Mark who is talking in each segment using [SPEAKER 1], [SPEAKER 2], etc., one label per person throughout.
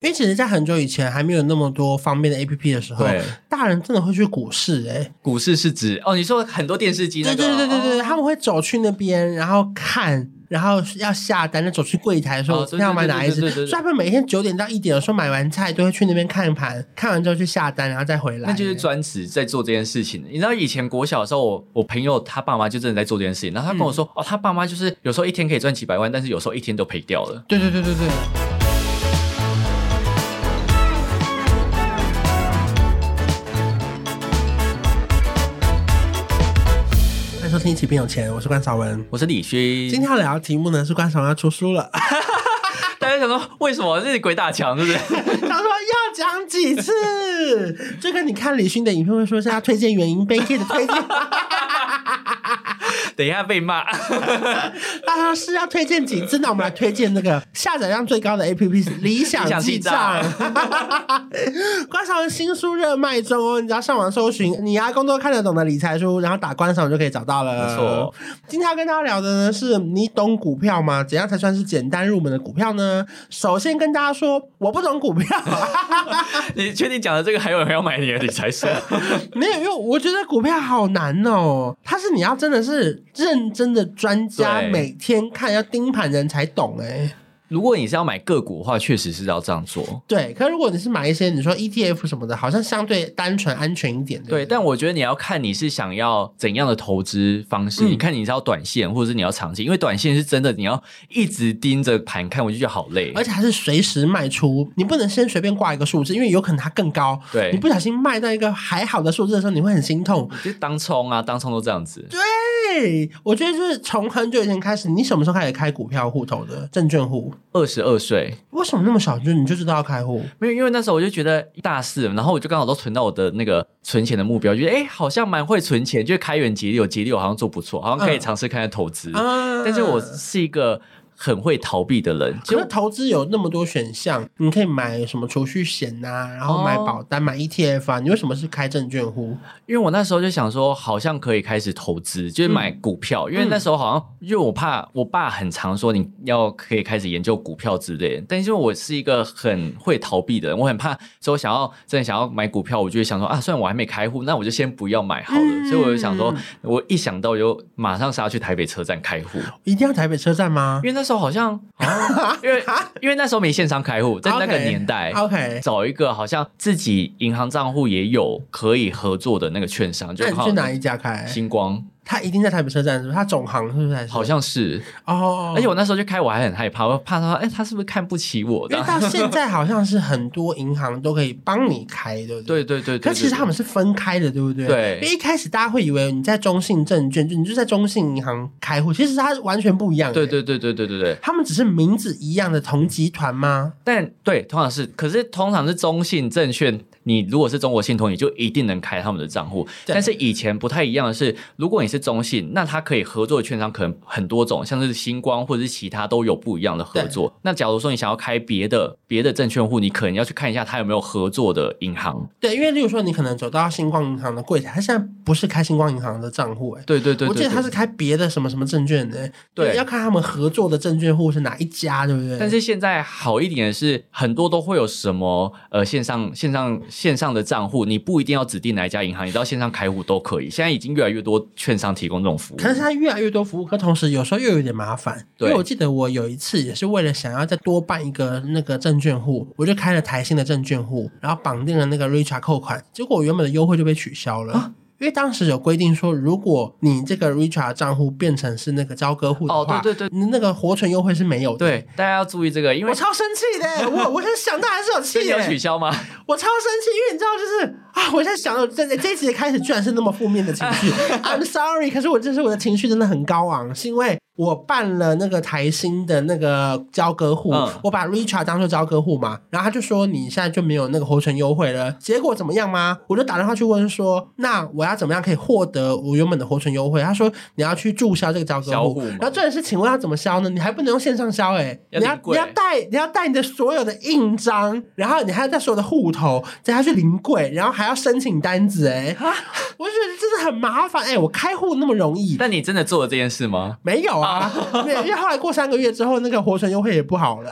[SPEAKER 1] 因为其实，在很久以前还没有那么多方便的 A P P 的时候
[SPEAKER 2] 对，
[SPEAKER 1] 大人真的会去股市、欸，哎，
[SPEAKER 2] 股市是指哦，你说很多电视机那
[SPEAKER 1] 对
[SPEAKER 2] 个，
[SPEAKER 1] 对对对对，
[SPEAKER 2] 哦
[SPEAKER 1] 他们会走去那边，然后看，然后要下单，再走去柜台说
[SPEAKER 2] 哦
[SPEAKER 1] 我
[SPEAKER 2] 对对
[SPEAKER 1] 要买哪一只，
[SPEAKER 2] 对对对
[SPEAKER 1] 所
[SPEAKER 2] 对对
[SPEAKER 1] 以他们每天九点到一点的时候买完菜，都会去那边看盘，看完之后去下单，然后再回来。
[SPEAKER 2] 那就是专职在做这件事情。你知道以前国小的时候，我我朋友他爸妈就真的在做这件事情，然后他跟我说，哦，他爸妈就是有时候一天可以赚几百万，但是有时候一天都赔掉了。
[SPEAKER 1] 对对对对对。欢迎收听《一起变有钱》，我是关少文。
[SPEAKER 2] 我是李勋，
[SPEAKER 1] 今天要聊的题目呢是关少文要出书了，
[SPEAKER 2] 大家想说为什么这是鬼打墙，是不是？
[SPEAKER 1] 他说要讲几次？这跟你看李勋的影片会说是要推荐原因卑 K 的推荐，
[SPEAKER 2] 等一下被骂。
[SPEAKER 1] 他说是要推荐几次？那我们来推荐那个下载量最高的 APP 是理想记账
[SPEAKER 2] 理想。
[SPEAKER 1] 关少文新书热卖中哦，你只要上网搜寻你阿公都看得懂的理财书，然后打关少文就可以找到了。
[SPEAKER 2] 没错，
[SPEAKER 1] 今天要跟大家聊的呢是你懂股票吗？怎样才算是简单入门的股票呢？首先跟大家说，我不懂股票。
[SPEAKER 2] 你确定讲的这个还有人要买你的理财 社？
[SPEAKER 1] 没有，因为我觉得股票好难哦，它是你要真的是认真的专家，
[SPEAKER 2] 对
[SPEAKER 1] 每天看要盯盘人才懂哎。
[SPEAKER 2] 如果你是要买个股的话，确实是要这样做。
[SPEAKER 1] 对，可是如果你是买一些你说 ETF 什么的，好像相对单纯安全一点。
[SPEAKER 2] 对，
[SPEAKER 1] 对不对，
[SPEAKER 2] 但我觉得你要看你是想要怎样的投资方式，
[SPEAKER 1] 嗯
[SPEAKER 2] 你看你是要短线，或者是你要长期，因为短线是真的你要一直盯着盘看，我就觉得好累。
[SPEAKER 1] 而且还是随时卖出，你不能先随便挂一个数字，因为有可能它更高。
[SPEAKER 2] 对
[SPEAKER 1] 你不小心卖到一个还好的数字的时候，你会很心痛。
[SPEAKER 2] 就当冲啊，当冲都这样子。
[SPEAKER 1] 对，我觉得就是从很久以前开始，你什么时候开始开股票户头的证券户？
[SPEAKER 2] 二十二岁，
[SPEAKER 1] 为什么那么小就你就知道要开户？
[SPEAKER 2] 没有，因为那时候我就觉得大四，然后我就刚好都存到我的那个存钱的目标，觉得哎，好像蛮会存钱，就是开源节流，节流好像做不错，好像可以
[SPEAKER 1] 嗯
[SPEAKER 2] 尝试看看投资。
[SPEAKER 1] 啊
[SPEAKER 2] 但是我是一个很会逃避的人，
[SPEAKER 1] 其
[SPEAKER 2] 就
[SPEAKER 1] 实投资有那么多选项，你可以买什么储蓄险呐、然后买保单、买 ETF 啊。你为什么是开证券户？
[SPEAKER 2] 因为我那时候就想说，好像可以开始投资，就是买
[SPEAKER 1] 嗯
[SPEAKER 2] 股票。因为那时候好像，因为我怕我爸很常说你要可以开始研究股票之类的，但是我是一个很会逃避的人，我很怕说想要真的想要买股票，我就会想说啊，虽然我还没开户，那我就先不要买好了。
[SPEAKER 1] 嗯
[SPEAKER 2] 所以我就想说，我一想到就马上杀去台北车站开户，
[SPEAKER 1] 一定要台北车站吗
[SPEAKER 2] 因为那时候好像， 啊、因为因为那时候没线上开户，在那个
[SPEAKER 1] OK，
[SPEAKER 2] 年代。
[SPEAKER 1] ？OK，
[SPEAKER 2] 找一个好像自己银行账户也有可以合作的那个券商，就
[SPEAKER 1] 那你
[SPEAKER 2] 好
[SPEAKER 1] 去哪一家开？
[SPEAKER 2] 星光
[SPEAKER 1] 他一定在台北车站是不是？他总行是不是哎还是？
[SPEAKER 2] 好哎像是，
[SPEAKER 1] 哦，
[SPEAKER 2] 而且我那时候就开，我还很害怕，我怕他，哎、他是不是看不起我？啊这
[SPEAKER 1] 因为
[SPEAKER 2] 样
[SPEAKER 1] 到现在好像是很多银行都可以帮你开，对不对？
[SPEAKER 2] 对对对对，
[SPEAKER 1] 可其实
[SPEAKER 2] 对
[SPEAKER 1] 他们是分开的，对不对？
[SPEAKER 2] 对
[SPEAKER 1] 因为一开始大家会以为你在中信证券，就你就在中信银行开户，其实它完全不一样。
[SPEAKER 2] 对，对对对对对对，
[SPEAKER 1] 他们只是名字一样的同集团吗？
[SPEAKER 2] 但对，通常是，可是通常是中信证券，你如果是中国信托，你就一定能开他们的账户。
[SPEAKER 1] 对
[SPEAKER 2] 但是以前不太一样的是，如果你是中信，那它可以合作的券商可能很多种，像是星光或者是其他都有不一样的合作。那假如说你想要开别的别的证券户，你可能要去看一下它有没有合作的银行。
[SPEAKER 1] 对，因为例如说，你可能走到星光银行的柜台，他现在不是开星光银行的账户、欸，哎，
[SPEAKER 2] 对对对对
[SPEAKER 1] 我记得
[SPEAKER 2] 对
[SPEAKER 1] 他是开别的什么什么证券的、欸
[SPEAKER 2] 对
[SPEAKER 1] 要看他们合作的证券户是哪一家，对不对？
[SPEAKER 2] 但是现在好一点的是，很多都会有什么呃线上线上线上的账户，你不一定要指定哪一家银行，你到线上开户都可以。现在已经越来越多券商提供这种服务
[SPEAKER 1] 可。是它越来越多服务，可同时有时候又有点麻烦。因
[SPEAKER 2] 对
[SPEAKER 1] 为我记得我有一次也是为了想要再多办一个那个证券户，我就开了台新的证券户，然后绑定了那个 Richard 扣款，结果我原本的优惠就被取消了。
[SPEAKER 2] 啊
[SPEAKER 1] 因为当时有规定说，如果你这个 Richard 账户变成是那个交割户的
[SPEAKER 2] 哦
[SPEAKER 1] 话，
[SPEAKER 2] 对对
[SPEAKER 1] 对，你那个活存优惠是没有的。
[SPEAKER 2] 对，大家要注意这个，因为
[SPEAKER 1] 我超生气的， 我我现在想到还是有
[SPEAKER 2] 这
[SPEAKER 1] 气
[SPEAKER 2] 你有
[SPEAKER 1] 的，
[SPEAKER 2] 取消吗？
[SPEAKER 1] 我超生气，因为你知道，就是啊，我现在想到这这一集开始居然是那么负面的情 绪，I'm sorry，可是我这是我的情绪真的很高昂，是因为我办了那个台新的那个交割户，
[SPEAKER 2] 嗯
[SPEAKER 1] 我把 Richard 当做交割户嘛，然后他就说你现在就没有那个活存优惠了，结果怎么样吗？我就打电话去问说，那我要怎么样可以获得我原本的活存优惠？他说你要去注销这个交割
[SPEAKER 2] 销
[SPEAKER 1] 户
[SPEAKER 2] 户，嘛
[SPEAKER 1] 然后这件事请问要怎么销呢？你还不能用线上销哎、
[SPEAKER 2] 要
[SPEAKER 1] 你要
[SPEAKER 2] 临柜
[SPEAKER 1] 你要带你要带你的所有的印章，然后你还要带所有的户头，再要去临柜，然后还要申请单子哎、我就觉得真的很麻烦哎、我开户那么容易。
[SPEAKER 2] 但你真的做了这件事吗？
[SPEAKER 1] 没有啊，
[SPEAKER 2] 哦
[SPEAKER 1] 没有因为后来过三个月之后，那个活存优惠也不好了。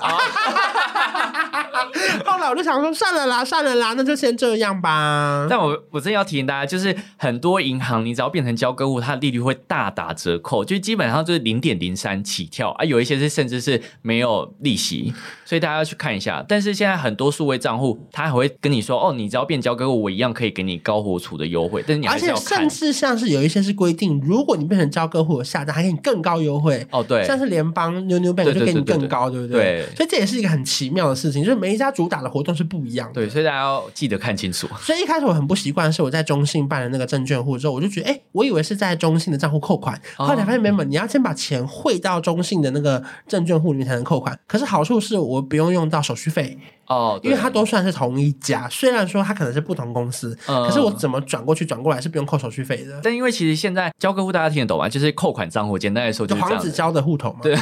[SPEAKER 1] 后用了，我就想说算了啦，算了啦，那就先这样吧。
[SPEAKER 2] 但我我真的要提醒大家，就是很多银行，你只要变成交割户，它的利率会大打折扣，就基本上就是零点零三起跳啊，有一些是甚至是没有利息，所以大家要去看一下。但是现在很多数位账户，它还会跟你说，哦，你只要变交割户，我一样可以给你高活储的优惠，但是你还
[SPEAKER 1] 而
[SPEAKER 2] 是
[SPEAKER 1] 且
[SPEAKER 2] 要
[SPEAKER 1] 甚
[SPEAKER 2] 看。
[SPEAKER 1] 至像是有一些是规定，如果你变成交割户有下单，还给你更高优惠。
[SPEAKER 2] 哦，对，
[SPEAKER 1] 像是联邦、妞妞 bank
[SPEAKER 2] 对
[SPEAKER 1] 就
[SPEAKER 2] 对
[SPEAKER 1] 给你
[SPEAKER 2] 对对
[SPEAKER 1] 更
[SPEAKER 2] 对
[SPEAKER 1] 高，对不对？
[SPEAKER 2] 对
[SPEAKER 1] 所以这也是一个很奇妙的事情，就是每一家主打的活动是不一样的。
[SPEAKER 2] 对，所以大家要记得看清楚。
[SPEAKER 1] 所以一开始我很不习惯，是我在中信办了那个证券户之后，我就觉得，哎、我以为是在中信的账户扣款，
[SPEAKER 2] 哦
[SPEAKER 1] 后来发现没有，你要先把钱汇到中信的那个证券户里面才能扣款。可是好处是我不用用到手续费，
[SPEAKER 2] 哦，
[SPEAKER 1] 因为它
[SPEAKER 2] 对
[SPEAKER 1] 都算是同一家，虽然说它可能是不同公司，
[SPEAKER 2] 嗯
[SPEAKER 1] 可是我怎么转过去转过来是不用扣手续费的，
[SPEAKER 2] 但因为其实现在交割户大家听得懂吗？就是扣款账户，简单来说就
[SPEAKER 1] 就是
[SPEAKER 2] 这
[SPEAKER 1] 黄
[SPEAKER 2] 样
[SPEAKER 1] 子
[SPEAKER 2] 子，
[SPEAKER 1] 交的户头嘛。
[SPEAKER 2] 对，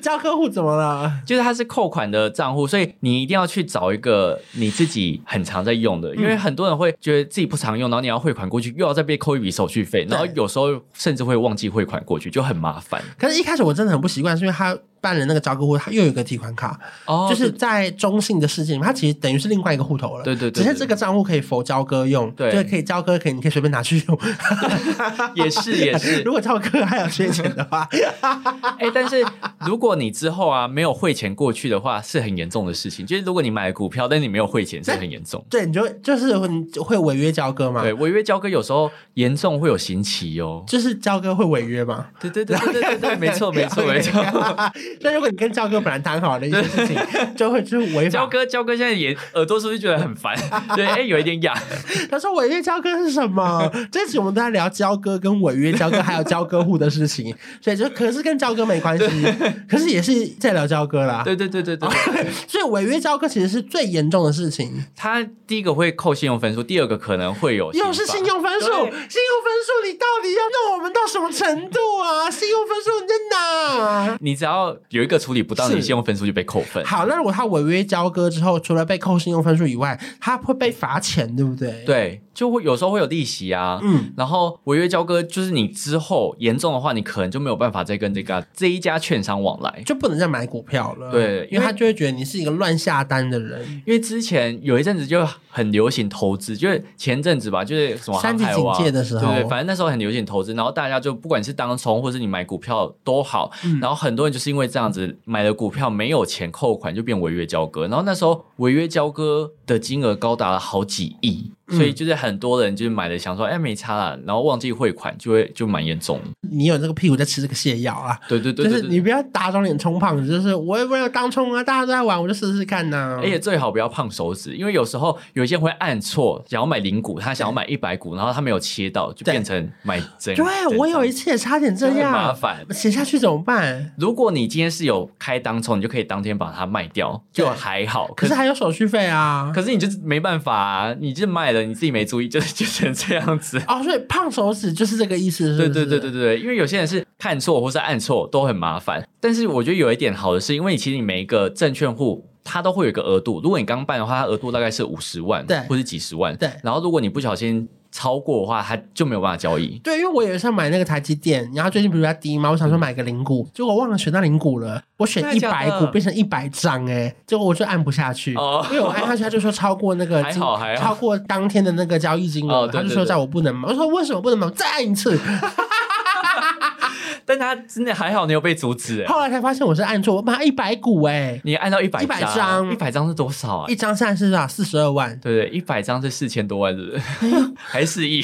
[SPEAKER 1] 交客户怎么了？
[SPEAKER 2] 就是它是扣款的账户，所以你一定要去找一个你自己很常在用的，因为很多人会觉得自己不常用，然后你要汇款过去，又要再被扣一笔手续费，然后有时候甚至会忘记汇款过去，就很麻烦。
[SPEAKER 1] 可是，一开始我真的很不习惯，是因为他办了那个交客户，他又有一个提款卡，
[SPEAKER 2] 哦
[SPEAKER 1] 就是在中信的世界里面，它其实等于是另外一个户头了。
[SPEAKER 2] 对对对对
[SPEAKER 1] 只是这个账户可以佛交割用，
[SPEAKER 2] 对
[SPEAKER 1] 就是可以交割，可以你可以随便拿去用。
[SPEAKER 2] 也是 也是
[SPEAKER 1] 如，果交割还有缺钱的话，
[SPEAKER 2] 哎、但是如果你之后啊没有汇钱过去的话，是很严重的事情。就是如果你买了股票，但是你没有汇钱，是很严重。
[SPEAKER 1] 对，你就就是你会违约交割嘛？
[SPEAKER 2] 对，违约交割有时候严重会有刑期哦。
[SPEAKER 1] 就是交割会违约嘛？
[SPEAKER 2] 对对对对对对对， 没错没错 没错。
[SPEAKER 1] 那如果你跟交割本来谈好的一些事情，就会 就是违
[SPEAKER 2] 焦
[SPEAKER 1] 法。
[SPEAKER 2] 哥，焦哥现在也耳朵是不是觉得 很烦？对，哎、有一点痒。
[SPEAKER 1] 他说违约交割是什么？这期我们都在聊交割跟违约交割，还有交割户的事情，所以就可是跟交割没关系，可是也是在聊交割啦。
[SPEAKER 2] 对对对对对，
[SPEAKER 1] 所以违约交割其实是最严重的事情，
[SPEAKER 2] 他第一个会扣信用分数，第二个可能会有
[SPEAKER 1] 又是
[SPEAKER 2] 罚
[SPEAKER 1] 信。用分数，信用
[SPEAKER 2] 对
[SPEAKER 1] 分数你到底要弄我们到什么程度啊？信用分数你在哪？
[SPEAKER 2] 你只要有一个处理不当，
[SPEAKER 1] 是
[SPEAKER 2] 你信用分数就被扣分。
[SPEAKER 1] 好，那如果他违约交割之后，除了被扣信用分数以外，他会被罚钱，对不对？，
[SPEAKER 2] 对，就会有时候会有利息啊。
[SPEAKER 1] 嗯，
[SPEAKER 2] 然后违约交割就是你之后严重的话，你可能就没有办法再跟这个这一家券商往来。
[SPEAKER 1] 就不能再买股票了。
[SPEAKER 2] 对
[SPEAKER 1] 因为他就会觉得你是一个乱下单的人。
[SPEAKER 2] 因为之前有一阵子就很流行投资，就是前阵子吧，就是什么
[SPEAKER 1] 三
[SPEAKER 2] 航
[SPEAKER 1] 级
[SPEAKER 2] 海王
[SPEAKER 1] 警戒的时候
[SPEAKER 2] 对对，反正那时候很流行投资，然后大家就不管是当冲或是你买股票都好，
[SPEAKER 1] 嗯
[SPEAKER 2] 然后很多人就是因为这样子买了股票没有钱扣款就变违约交割，然后那时候违约交割的金额高达了好几亿，
[SPEAKER 1] 嗯
[SPEAKER 2] 所以就是很多人就是买了想说哎没差啦，然后忘记汇款就会就蛮严重的，
[SPEAKER 1] 你有这个屁股在吃这个泻药啊！
[SPEAKER 2] 对对对对
[SPEAKER 1] 就是
[SPEAKER 2] 对。
[SPEAKER 1] 你不要打肿脸充胖子，就是我也不要当冲啊，大家都在玩，我就试试看呐、
[SPEAKER 2] 而且最好不要胖手指，因为有时候有一些人会按错，想要买零股，他想要买一百股，然后他没有切到，就
[SPEAKER 1] 对
[SPEAKER 2] 变成买真。
[SPEAKER 1] 对啊我有一
[SPEAKER 2] 次
[SPEAKER 1] 次也差点这样，
[SPEAKER 2] 麻烦。
[SPEAKER 1] 写下去怎么办？
[SPEAKER 2] 如果你今天是有开当冲，你就可以当天把它卖掉，
[SPEAKER 1] 对
[SPEAKER 2] 就还好。
[SPEAKER 1] 可是还有手续费啊。
[SPEAKER 2] 可是你就是没办法、啊，你就卖了，你自己没注意，就就成这样子。
[SPEAKER 1] 哦，所以胖手指就是这个意思，是不
[SPEAKER 2] 对
[SPEAKER 1] 是？
[SPEAKER 2] 对对对对，因为有些人是看错或是按错都很麻烦。但是我觉得有一点好的是，因为其实你每一个证券户。它都会有一个额度，如果你刚办的话，它额度大概是五十万，
[SPEAKER 1] 对
[SPEAKER 2] 或是几十万，
[SPEAKER 1] 对
[SPEAKER 2] 然后如果你不小心超过的话，它就没有办法 交易。
[SPEAKER 1] 对因为我有一次买那个台积电，然后最近不是比较低嘛，我想说买个零股，结果忘了选到零股了，我选一
[SPEAKER 2] 嗯真的假
[SPEAKER 1] 百
[SPEAKER 2] 的
[SPEAKER 1] 股变成一百张，哎，结果我就按不下去，
[SPEAKER 2] 哦
[SPEAKER 1] 因为我按下去他就说超过那个
[SPEAKER 2] 还
[SPEAKER 1] 金
[SPEAKER 2] 好还好
[SPEAKER 1] 超过当天的那个交易金额，
[SPEAKER 2] 哦
[SPEAKER 1] 他就
[SPEAKER 2] 对
[SPEAKER 1] 说
[SPEAKER 2] 对对
[SPEAKER 1] 在我不能买，我说为什么不能买？我再按一次，
[SPEAKER 2] 但它真的还好，你有被阻止、欸。
[SPEAKER 1] 后来才发现我是按错，我买一百股，哎，
[SPEAKER 2] 你按到一百
[SPEAKER 1] 100张
[SPEAKER 2] 一百张是多少啊？
[SPEAKER 1] 一张现在是多少？四十二万，
[SPEAKER 2] 对对，一百张是四千多万，是不是？
[SPEAKER 1] 哎
[SPEAKER 2] 还四亿，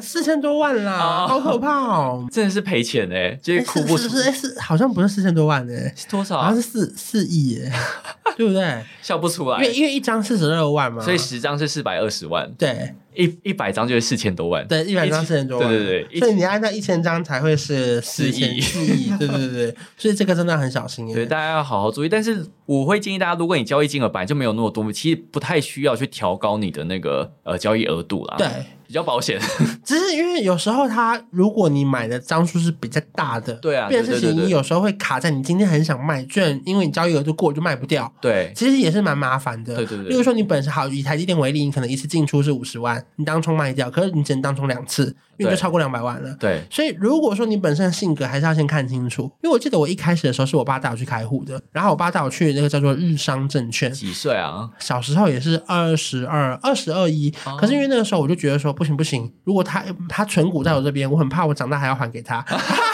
[SPEAKER 1] 四千多万啦，
[SPEAKER 2] 哦
[SPEAKER 1] 好可怕哦！
[SPEAKER 2] 真的是赔钱哎、就是
[SPEAKER 1] 哎
[SPEAKER 2] 哭不
[SPEAKER 1] 是
[SPEAKER 2] 出。
[SPEAKER 1] 是是是，好像不是四千多万呢、
[SPEAKER 2] 是多少
[SPEAKER 1] 好像
[SPEAKER 2] 啊？
[SPEAKER 1] 是四四亿 耶，对不对？
[SPEAKER 2] 笑不出来
[SPEAKER 1] 因。为因为一张四十二万嘛，
[SPEAKER 2] 所以十张是四百二十万，
[SPEAKER 1] 对
[SPEAKER 2] 一一百张就是四千多万。
[SPEAKER 1] 对，一百张
[SPEAKER 2] 一
[SPEAKER 1] 四千多万，
[SPEAKER 2] 对对对一
[SPEAKER 1] 所以你按照一千张才会是
[SPEAKER 2] 四亿
[SPEAKER 1] 四亿，对对对，所以这个真的很小心
[SPEAKER 2] 对，
[SPEAKER 1] 耶。
[SPEAKER 2] 大家要好好注意。但是我会建议大家，如果你交易金额本来就没有那么多，其实不太需要去调高你的那个呃交易额度啦。
[SPEAKER 1] 对，
[SPEAKER 2] 比较保险。
[SPEAKER 1] 只是因为有时候它，如果你买的张数是比较大的，
[SPEAKER 2] 对啊
[SPEAKER 1] 变成事
[SPEAKER 2] 对对
[SPEAKER 1] 情
[SPEAKER 2] 对对
[SPEAKER 1] 你有时候会卡在你今天很想卖，居然因为你交易额度过就卖不掉，
[SPEAKER 2] 对，
[SPEAKER 1] 其实也是蛮麻烦的。
[SPEAKER 2] 对对对
[SPEAKER 1] 例如说，你本身好以台积电为例，你可能一次进出是五十万，你当冲卖掉，可是你只能当冲两次，因为
[SPEAKER 2] 对
[SPEAKER 1] 就超过两百万了。
[SPEAKER 2] 对，
[SPEAKER 1] 所以，如果说你本身的性格，还是要先看清楚。因为我记得我一开始的时候是我爸带我去开户的，然后我爸带我去那个叫做日商证券，
[SPEAKER 2] 几岁啊？
[SPEAKER 1] 小时候也是二十二、二十二一
[SPEAKER 2] 哦，
[SPEAKER 1] 可是因为那个时候我就觉得说不行不行，如果他他存股在我这边，我很怕我长大还要还给他。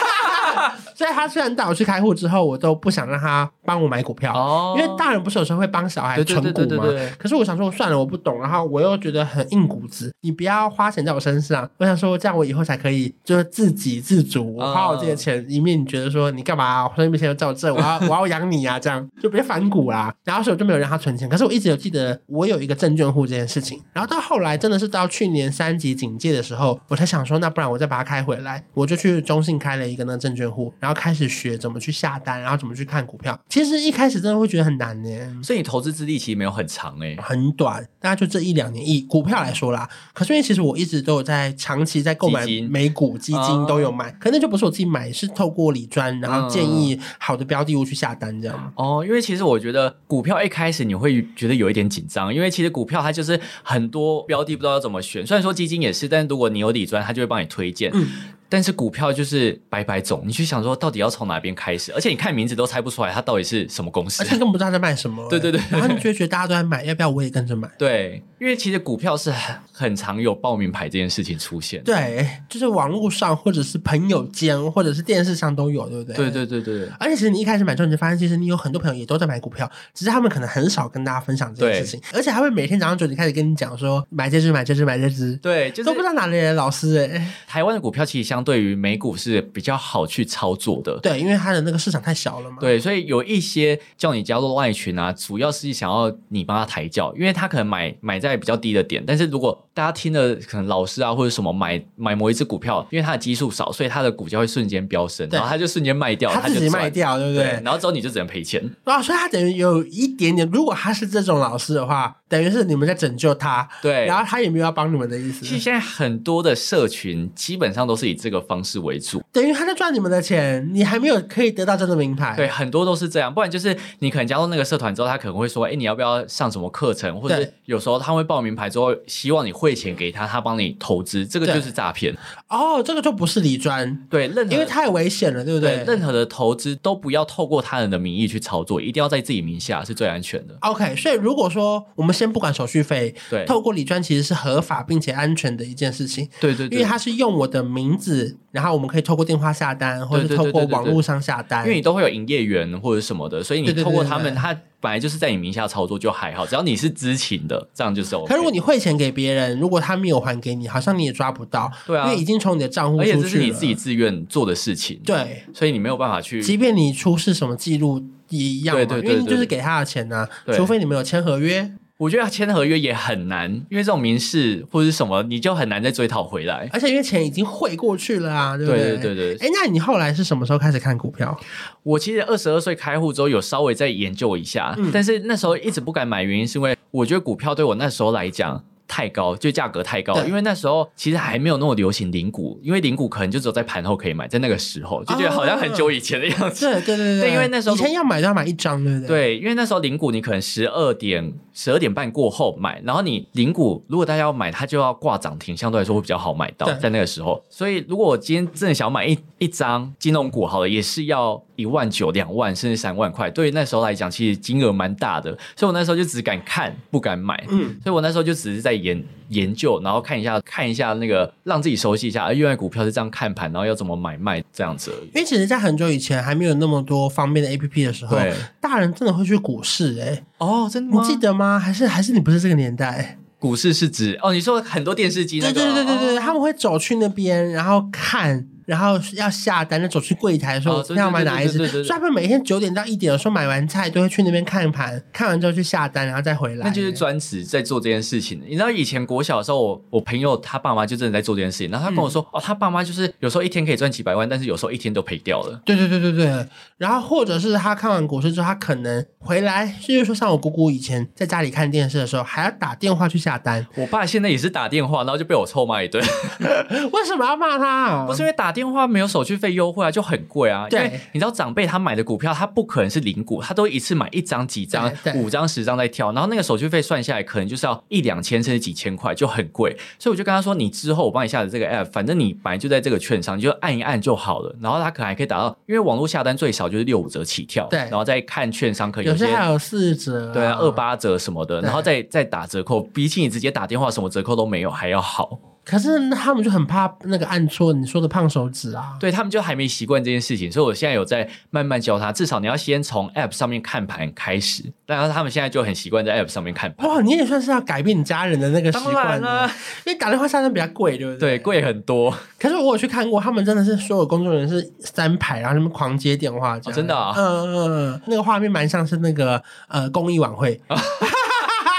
[SPEAKER 1] 所以他虽然带我去开户之后，我都不想让他帮我买股票，
[SPEAKER 2] 哦
[SPEAKER 1] 因为大人不是有时候会帮小孩
[SPEAKER 2] 对对
[SPEAKER 1] 存
[SPEAKER 2] 对
[SPEAKER 1] 股
[SPEAKER 2] 对对
[SPEAKER 1] 吗？
[SPEAKER 2] 对，
[SPEAKER 1] 可是我想说，算了，我不懂，然后我又觉得很硬骨子，你不要花钱在我身上。我想说，这样我以后才可以就是自给自足，我花我自己的钱，以免你觉得说你干嘛、我身边钱又在我这，我要 我要养你啊，这样就别反骨啦。然后所以我就没有让他存钱。可是我一直有记得我有一个证券户这件事情，然后到后来真的是到去年三级警戒的时候，我才想说，那不然我再把它开回来，我就去中信开了一个那个证券户，然后开始学怎么去下单，然后怎么去看股票。其实一开始真的会觉得很难呢、
[SPEAKER 2] 所以你投资资历其实没有很长哎、
[SPEAKER 1] 很短，大概就这一两年。以股票来说啦，可是因为其实我一直都有在长期在购买
[SPEAKER 2] 基金
[SPEAKER 1] 美股、基金
[SPEAKER 2] 哦
[SPEAKER 1] 都有买，可那就不是我自己买，是透过理专，然后
[SPEAKER 2] 嗯
[SPEAKER 1] 建议好的标的物去下单这样。
[SPEAKER 2] 哦，因为其实我觉得股票一开始你会觉得有一点紧张，因为其实股票它就是很多标的不知道要怎么选。虽然说基金也是，但是如果你有理专，它就会帮你推荐。
[SPEAKER 1] 嗯
[SPEAKER 2] 但是股票就是百百种，你去想说到底要从哪边开始，而且你看名字都猜不出来它到底是什么公司
[SPEAKER 1] 而且。根本不知道在卖什么、
[SPEAKER 2] 对对对
[SPEAKER 1] 然后你就会觉得大家都在买，要不要我也跟着买？
[SPEAKER 2] 对，因为其实股票是很很常有报名牌这件事情出现。
[SPEAKER 1] 对，就是网络上或者是朋友间或者是电视上都有，对不对？
[SPEAKER 2] 对对对对
[SPEAKER 1] 而且其实你一开始买之后，你就发现其实你有很多朋友也都在买股票，只是他们可能很少跟大家分享这件事情，而且还会每天早上九点开始跟你讲说买这只买这只买这只，
[SPEAKER 2] 对，就是
[SPEAKER 1] 都不知道哪里来的老师哎、
[SPEAKER 2] 台湾的股票其实相对于美股是比较好去操作的。
[SPEAKER 1] 对，因为它的那个市场太小了嘛。
[SPEAKER 2] 对，所以有一些叫你加入外群啊，主要是想要你帮他抬轿，因为他可能买买在比较低的点，但是如果大家听了可能老师啊或者什么买买某一只股票，因为它的基数少，所以它的股价会瞬间飙升，
[SPEAKER 1] 对
[SPEAKER 2] 然后他就瞬间卖掉，
[SPEAKER 1] 他
[SPEAKER 2] 他
[SPEAKER 1] 自己
[SPEAKER 2] 就赚
[SPEAKER 1] 卖。掉，对不
[SPEAKER 2] 对
[SPEAKER 1] 对，？
[SPEAKER 2] 然后之后你就只能赔钱。
[SPEAKER 1] 啊，所以他等于有一点点，如果他是这种老师的话，等于是你们在拯救他，
[SPEAKER 2] 对，
[SPEAKER 1] 然后他也没有要帮你们的意思
[SPEAKER 2] 其，实现在很多的社群基本上都是以这个方式为主，
[SPEAKER 1] 等于他在赚你们的钱，你还没有可以得到真的名牌。
[SPEAKER 2] 对，很多都是这样，不然就是你可能加入那个社团之后，他可能会说，哎、你要不要上什么课程，或者
[SPEAKER 1] 对
[SPEAKER 2] 是有时候他会报名牌之后，希望你汇钱给他，他帮你投资，这个
[SPEAKER 1] 对
[SPEAKER 2] 就是诈骗。
[SPEAKER 1] 哦，这个就不是理专，
[SPEAKER 2] 对，任何
[SPEAKER 1] 因为太危险了，对不
[SPEAKER 2] 对
[SPEAKER 1] 对？
[SPEAKER 2] 任何的投资都不要透过他人的名义去操作，一定要在自己名下是最安全的。
[SPEAKER 1] OK，所以如果说我们先不管手续费，
[SPEAKER 2] 对，
[SPEAKER 1] 透过理专其实是合法并且安全的一件事情。
[SPEAKER 2] 对对
[SPEAKER 1] 因为
[SPEAKER 2] 对。
[SPEAKER 1] 它是用我的名字，然后我们可以透过电话下单，或者是
[SPEAKER 2] 对对
[SPEAKER 1] 透
[SPEAKER 2] 对
[SPEAKER 1] 过
[SPEAKER 2] 对对
[SPEAKER 1] 网络上下单。
[SPEAKER 2] 因为你都会有营业员或者什么的，所以你
[SPEAKER 1] 对对对
[SPEAKER 2] 透过他
[SPEAKER 1] 对
[SPEAKER 2] 们，
[SPEAKER 1] 对
[SPEAKER 2] 他本来就是在你名下操作就还好，只要你是知情的，这样就是 OK。
[SPEAKER 1] 可如果你汇钱给别人，如果他没有还给你，好像你也抓不到，
[SPEAKER 2] 对啊
[SPEAKER 1] 因为已经从你的账户
[SPEAKER 2] 而且
[SPEAKER 1] 出
[SPEAKER 2] 这是
[SPEAKER 1] 去
[SPEAKER 2] 你
[SPEAKER 1] 了。
[SPEAKER 2] 自己自愿做的事情，
[SPEAKER 1] 对，
[SPEAKER 2] 所以你没有办法去
[SPEAKER 1] 即便你出示什么记录也一样嘛，
[SPEAKER 2] 对对对
[SPEAKER 1] 因为你
[SPEAKER 2] 对
[SPEAKER 1] 就是给他的钱呐、
[SPEAKER 2] 对
[SPEAKER 1] 除非你们有签合约，
[SPEAKER 2] 我觉得签合约也很难，因为这种民事或者是什么，你就很难再追讨回来。
[SPEAKER 1] 而且因为钱已经汇过去了啊，对不
[SPEAKER 2] 对
[SPEAKER 1] 对
[SPEAKER 2] 对对对，
[SPEAKER 1] 哎，那你后来是什么时候开始看股票？
[SPEAKER 2] 我其实二十二岁开户之后有稍微再研究一下，
[SPEAKER 1] 嗯
[SPEAKER 2] 但是那时候一直不敢买，原因是因为我觉得股票对我那时候来讲太高，就价格太高，
[SPEAKER 1] 对
[SPEAKER 2] 因为那时候其实还没有那么流行零股，因为零股可能就只有在盘后可以买，在那个时候就觉得好像很久以前的样子。
[SPEAKER 1] 对对对
[SPEAKER 2] 对因为那时候
[SPEAKER 1] 以前要买都要买一张，对不对？
[SPEAKER 2] 对，因为那时候零股你可能十二点十二点半过后买，然后你零股如果大家要买，它就要挂涨停，相对来说会比较好买到
[SPEAKER 1] 对，
[SPEAKER 2] 在那个时候。所以如果我今天真的想买一一张金融股，好了，也是要一万九、两万甚至三万块。对于那时候来讲，其实金额蛮大的，所以我那时候就只敢看，不敢买。
[SPEAKER 1] 嗯，
[SPEAKER 2] 所以我那时候就只是在研研究，然后看一下看一下那个，让自己熟悉一下，啊原来股票是这样看盘，然后要怎么买卖这样子而已。
[SPEAKER 1] 因为其实，在很久以前还没有那么多方便的 A P P 的时候
[SPEAKER 2] 对，
[SPEAKER 1] 大人真的会去股市、哎，
[SPEAKER 2] 哦，真
[SPEAKER 1] 你记得吗？还是还是你不是这个年代？
[SPEAKER 2] 股市是指哦，你说很多电视机那
[SPEAKER 1] 对对
[SPEAKER 2] 个，
[SPEAKER 1] 对对
[SPEAKER 2] 哦
[SPEAKER 1] 对，他们会走去那边，然后看，然后要下单，就走去柜台
[SPEAKER 2] 哦
[SPEAKER 1] 说
[SPEAKER 2] 对对
[SPEAKER 1] 要买哪一只，
[SPEAKER 2] 对对对对
[SPEAKER 1] 所
[SPEAKER 2] 对
[SPEAKER 1] 以他们每天九点到一点的时候买完菜都会去那边看盘，看完之后去下单，然后再回来。
[SPEAKER 2] 那就是专职在做这件事情。你知道以前国小的时候，我我朋友他爸妈就真的在做这件事情，然后他跟我说，
[SPEAKER 1] 嗯
[SPEAKER 2] 哦，他爸妈就是有时候一天可以赚几百万，但是有时候一天都赔掉了。
[SPEAKER 1] 对对对对对，然后或者是他看完股市之后，他可能回来，就是说像我姑姑以前在家里看电视的时候，还要打电话去下 单，
[SPEAKER 2] 我爸现在也是打电话，然后就被我臭骂一顿，
[SPEAKER 1] 为什么要骂他、啊？
[SPEAKER 2] 不是因为打电话没有手续费优惠啊，就很贵啊。
[SPEAKER 1] 对
[SPEAKER 2] 因为你知道长辈他买的股票，他不可能是零股，他都一次买一张、几张、
[SPEAKER 1] 对对
[SPEAKER 2] 五张、十张在跳，然后那个手续费算下来，可能就是要一两千甚至几千块，就很贵。所以我就跟他说，你之后我帮你下载这个 app，反正你本来就在这个券商，你就按一按就好了。然后他可能还可以达到，因为网络下单最少就是六五折起跳，
[SPEAKER 1] 对
[SPEAKER 2] 然后再看券商可以
[SPEAKER 1] 有
[SPEAKER 2] 些
[SPEAKER 1] 些还有四折、
[SPEAKER 2] 对啊，二。八折什么的，
[SPEAKER 1] 对
[SPEAKER 2] 然后再再打折扣，比起你直接打电话什么折扣都没有还要好。
[SPEAKER 1] 可是他们就很怕那个按错你说的胖手指啊。
[SPEAKER 2] 对他们就还没习惯这件事情，所以我现在有在慢慢教他，至少你要先从 App 上面看盘开始。然后他们现在就很习惯在 App 上面看盘，
[SPEAKER 1] 哇，你也算是要改变你家人的那个习
[SPEAKER 2] 当
[SPEAKER 1] 惯
[SPEAKER 2] 然
[SPEAKER 1] 了
[SPEAKER 2] 啦，
[SPEAKER 1] 因为打电话下单比较贵，对不对？
[SPEAKER 2] 对，。贵很多，
[SPEAKER 1] 可是我有去看过，他们真的是所有工作人员是三排，然后他们狂接电话这样、
[SPEAKER 2] 哦真的啊
[SPEAKER 1] 嗯嗯嗯嗯，那个画面蛮像是那个呃公益晚会。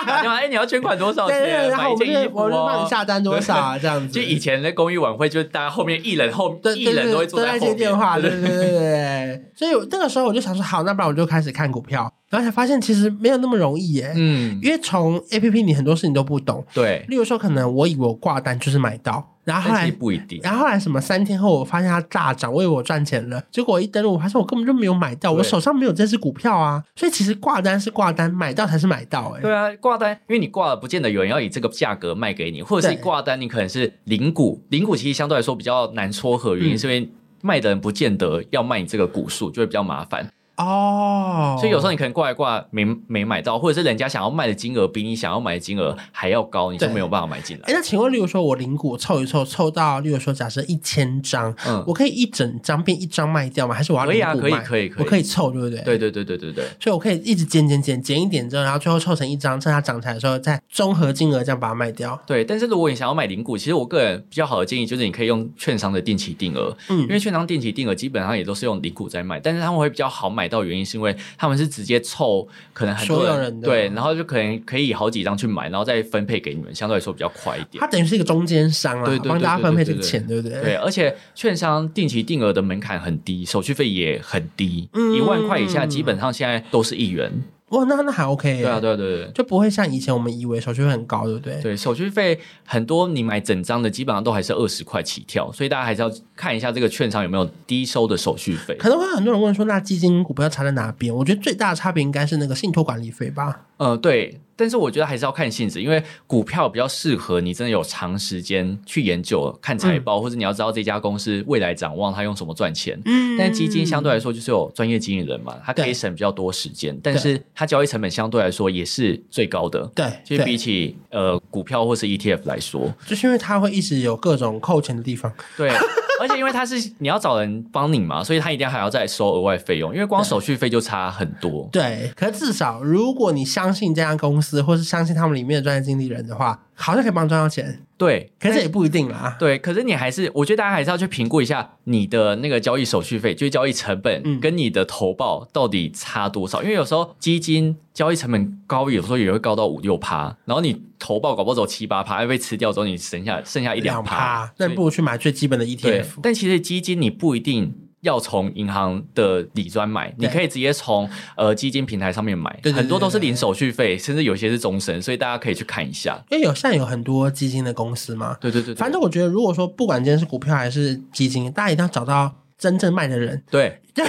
[SPEAKER 2] 打电话哎，你要捐款多少
[SPEAKER 1] 对对对，
[SPEAKER 2] 钱？
[SPEAKER 1] 然后我们
[SPEAKER 2] 买一件衣
[SPEAKER 1] 就
[SPEAKER 2] 服
[SPEAKER 1] 我就帮
[SPEAKER 2] 哦
[SPEAKER 1] 你。下单多少啊这样子。
[SPEAKER 2] 就以前的公益晚会，就是大家后面艺人后
[SPEAKER 1] 对
[SPEAKER 2] 艺
[SPEAKER 1] 对
[SPEAKER 2] 人
[SPEAKER 1] 对
[SPEAKER 2] 都会坐
[SPEAKER 1] 都在
[SPEAKER 2] 在
[SPEAKER 1] 接
[SPEAKER 2] 后面
[SPEAKER 1] 电 话，对
[SPEAKER 2] 对
[SPEAKER 1] 对
[SPEAKER 2] 对
[SPEAKER 1] 对对对。所以我那个时候我就想说，好，那不然我就开始看股票，然后才发现其实没有那么容易耶，
[SPEAKER 2] 嗯，
[SPEAKER 1] 因为从 A P P 你很多事情都不懂，
[SPEAKER 2] 对，
[SPEAKER 1] 例如说可能我以为我挂单就是买到，然后后
[SPEAKER 2] 但
[SPEAKER 1] 来
[SPEAKER 2] 是不一定。
[SPEAKER 1] 然后后来什么三天后，我发现它大涨，我以为我赚钱了，结果我一登录，我发现我根本就没有买到，
[SPEAKER 2] 对
[SPEAKER 1] 我手上没有这只股票啊。所以其实挂单是挂单，买到才是买到、欸。
[SPEAKER 2] 对啊，挂单，因为你挂了，不见得有人要以这个价格卖给你，或者是
[SPEAKER 1] 对
[SPEAKER 2] 你挂单，你可能是零股，零股其实相对来说比较难撮合，原因
[SPEAKER 1] 嗯
[SPEAKER 2] 是因为卖的人不见得要卖你这个股数，就会比较麻烦，
[SPEAKER 1] 哦，
[SPEAKER 2] 所以有时候你可能挂一挂没没买到，或者是人家想要卖的金额比你想要买的金额还要高，你就
[SPEAKER 1] 对
[SPEAKER 2] 没有办法买进
[SPEAKER 1] 哎，
[SPEAKER 2] 来。
[SPEAKER 1] 那请问，例如说我零股凑一凑，凑到例如说假设一千张，
[SPEAKER 2] 嗯
[SPEAKER 1] 我可以一整张变一张卖掉吗？还是我要
[SPEAKER 2] 可以
[SPEAKER 1] 零
[SPEAKER 2] 啊
[SPEAKER 1] 股卖？
[SPEAKER 2] 可以可以可以
[SPEAKER 1] 我可以凑，对不对？
[SPEAKER 2] 对。对对对对对，
[SPEAKER 1] 所以我可以一直减减减减一点之后，然后最后凑成一张，趁它涨起来的时候再综合金额这样把它卖掉。
[SPEAKER 2] 对，但是如果你想要买零股，其实我个人比较好的建议就是你可以用券商的定期定额，
[SPEAKER 1] 嗯
[SPEAKER 2] 因为券商定期定额基本上也都是用零股在卖，但是他们会比较好买到，原因是因为他们是直接凑可能很多
[SPEAKER 1] 所有人
[SPEAKER 2] 人
[SPEAKER 1] 的
[SPEAKER 2] 对，然后就可能可以好几张去买，然后再分配给你们，相对来说比较快一点
[SPEAKER 1] 它。等于是一个中间商啦
[SPEAKER 2] 对，对
[SPEAKER 1] 帮
[SPEAKER 2] 对
[SPEAKER 1] 大家
[SPEAKER 2] 对
[SPEAKER 1] 分配这
[SPEAKER 2] 对
[SPEAKER 1] 个
[SPEAKER 2] 对
[SPEAKER 1] 钱，对不对？
[SPEAKER 2] 对，而且券商定期定额的门槛很低，手续费也很低，一万块以下
[SPEAKER 1] 嗯
[SPEAKER 2] 基本上现在都是一元。
[SPEAKER 1] 哇，那那还 OK 欸耶
[SPEAKER 2] 对啊，对啊，对对对。
[SPEAKER 1] 就不会像以前我们以为手续费很高，对不对？
[SPEAKER 2] 对，手续费很多，你买整张的基本上都还是二十块起跳，所以大家还是要看一下这个券商有没有低收的手续费。
[SPEAKER 1] 可能会有很多人问说，那基金股票差在哪边？我觉得最大的差别应该是那个信托管理费吧。
[SPEAKER 2] 呃，对，但是我觉得还是要看性质，因为股票比较适合你真的有长时间去研究、看财报，或者你要知道这家公司未来展望，它用什么赚钱。
[SPEAKER 1] 嗯
[SPEAKER 2] 但基金相对来说就是有专业经理人嘛，他可
[SPEAKER 1] 对
[SPEAKER 2] 以省比较多时间，但是它交易成本相对来说也是最高的。
[SPEAKER 1] 对，
[SPEAKER 2] 就是比
[SPEAKER 1] 对
[SPEAKER 2] 起呃股票或是 ETF 来说，
[SPEAKER 1] 就是因为它会一直有各种扣钱的地方。
[SPEAKER 2] 对，而且因为他是你要找人帮你嘛，所以他一定还要再收额外费用，因为光手续费就差很多。
[SPEAKER 1] 对，可是至少如果你相信这家公司，或是相信他们里面的专业经理人的话，好像可以帮你赚到钱。
[SPEAKER 2] 对，
[SPEAKER 1] 可是
[SPEAKER 2] 但
[SPEAKER 1] 也不一定啦。
[SPEAKER 2] 对，可是你还是，我觉得大家还是要去评估一下你的那个交易手续费，就是交易成
[SPEAKER 1] 嗯
[SPEAKER 2] 本跟你的投报到底差多少，因为有时候基金交易成本高，有时候也会高到五六趴，然后你投报搞不好走七八趴，要被吃掉之后，你剩下剩下一啊两趴
[SPEAKER 1] 趴，，那
[SPEAKER 2] 所以
[SPEAKER 1] 你不如去买最基本的 E
[SPEAKER 2] 对
[SPEAKER 1] ETF，。
[SPEAKER 2] 但其实基金你不一定要从银行的理专买，你
[SPEAKER 1] 对
[SPEAKER 2] 可以直接从呃基金平台上面买，
[SPEAKER 1] 对对对
[SPEAKER 2] 很多都是
[SPEAKER 1] 对对
[SPEAKER 2] 零手续费，甚至有些是终身，所以大家可以去看一下。
[SPEAKER 1] 因为有现在有很多基金的公司嘛，
[SPEAKER 2] 对对对对
[SPEAKER 1] 反正我觉得，如果说不管今天是股票还是基金，大家一定要找到真正卖的人，
[SPEAKER 2] 对
[SPEAKER 1] 对，